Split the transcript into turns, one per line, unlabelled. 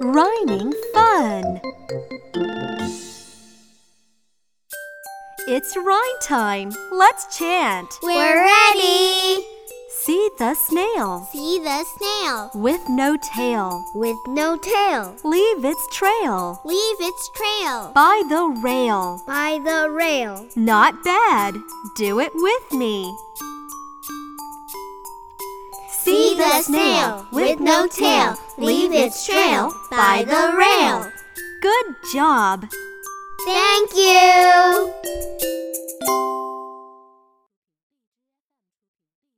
Rhyming fun! It's rhyme time. Let's chant.
We're ready!
See the snail
See the snail
with no tail.
with no tail.
Leave its trail
Leave its trail
by the rail.
by the rail.
Not bad. Do it with me.
See the snail with no tail. Leave its trail by the rail.
Good job.
Thank you!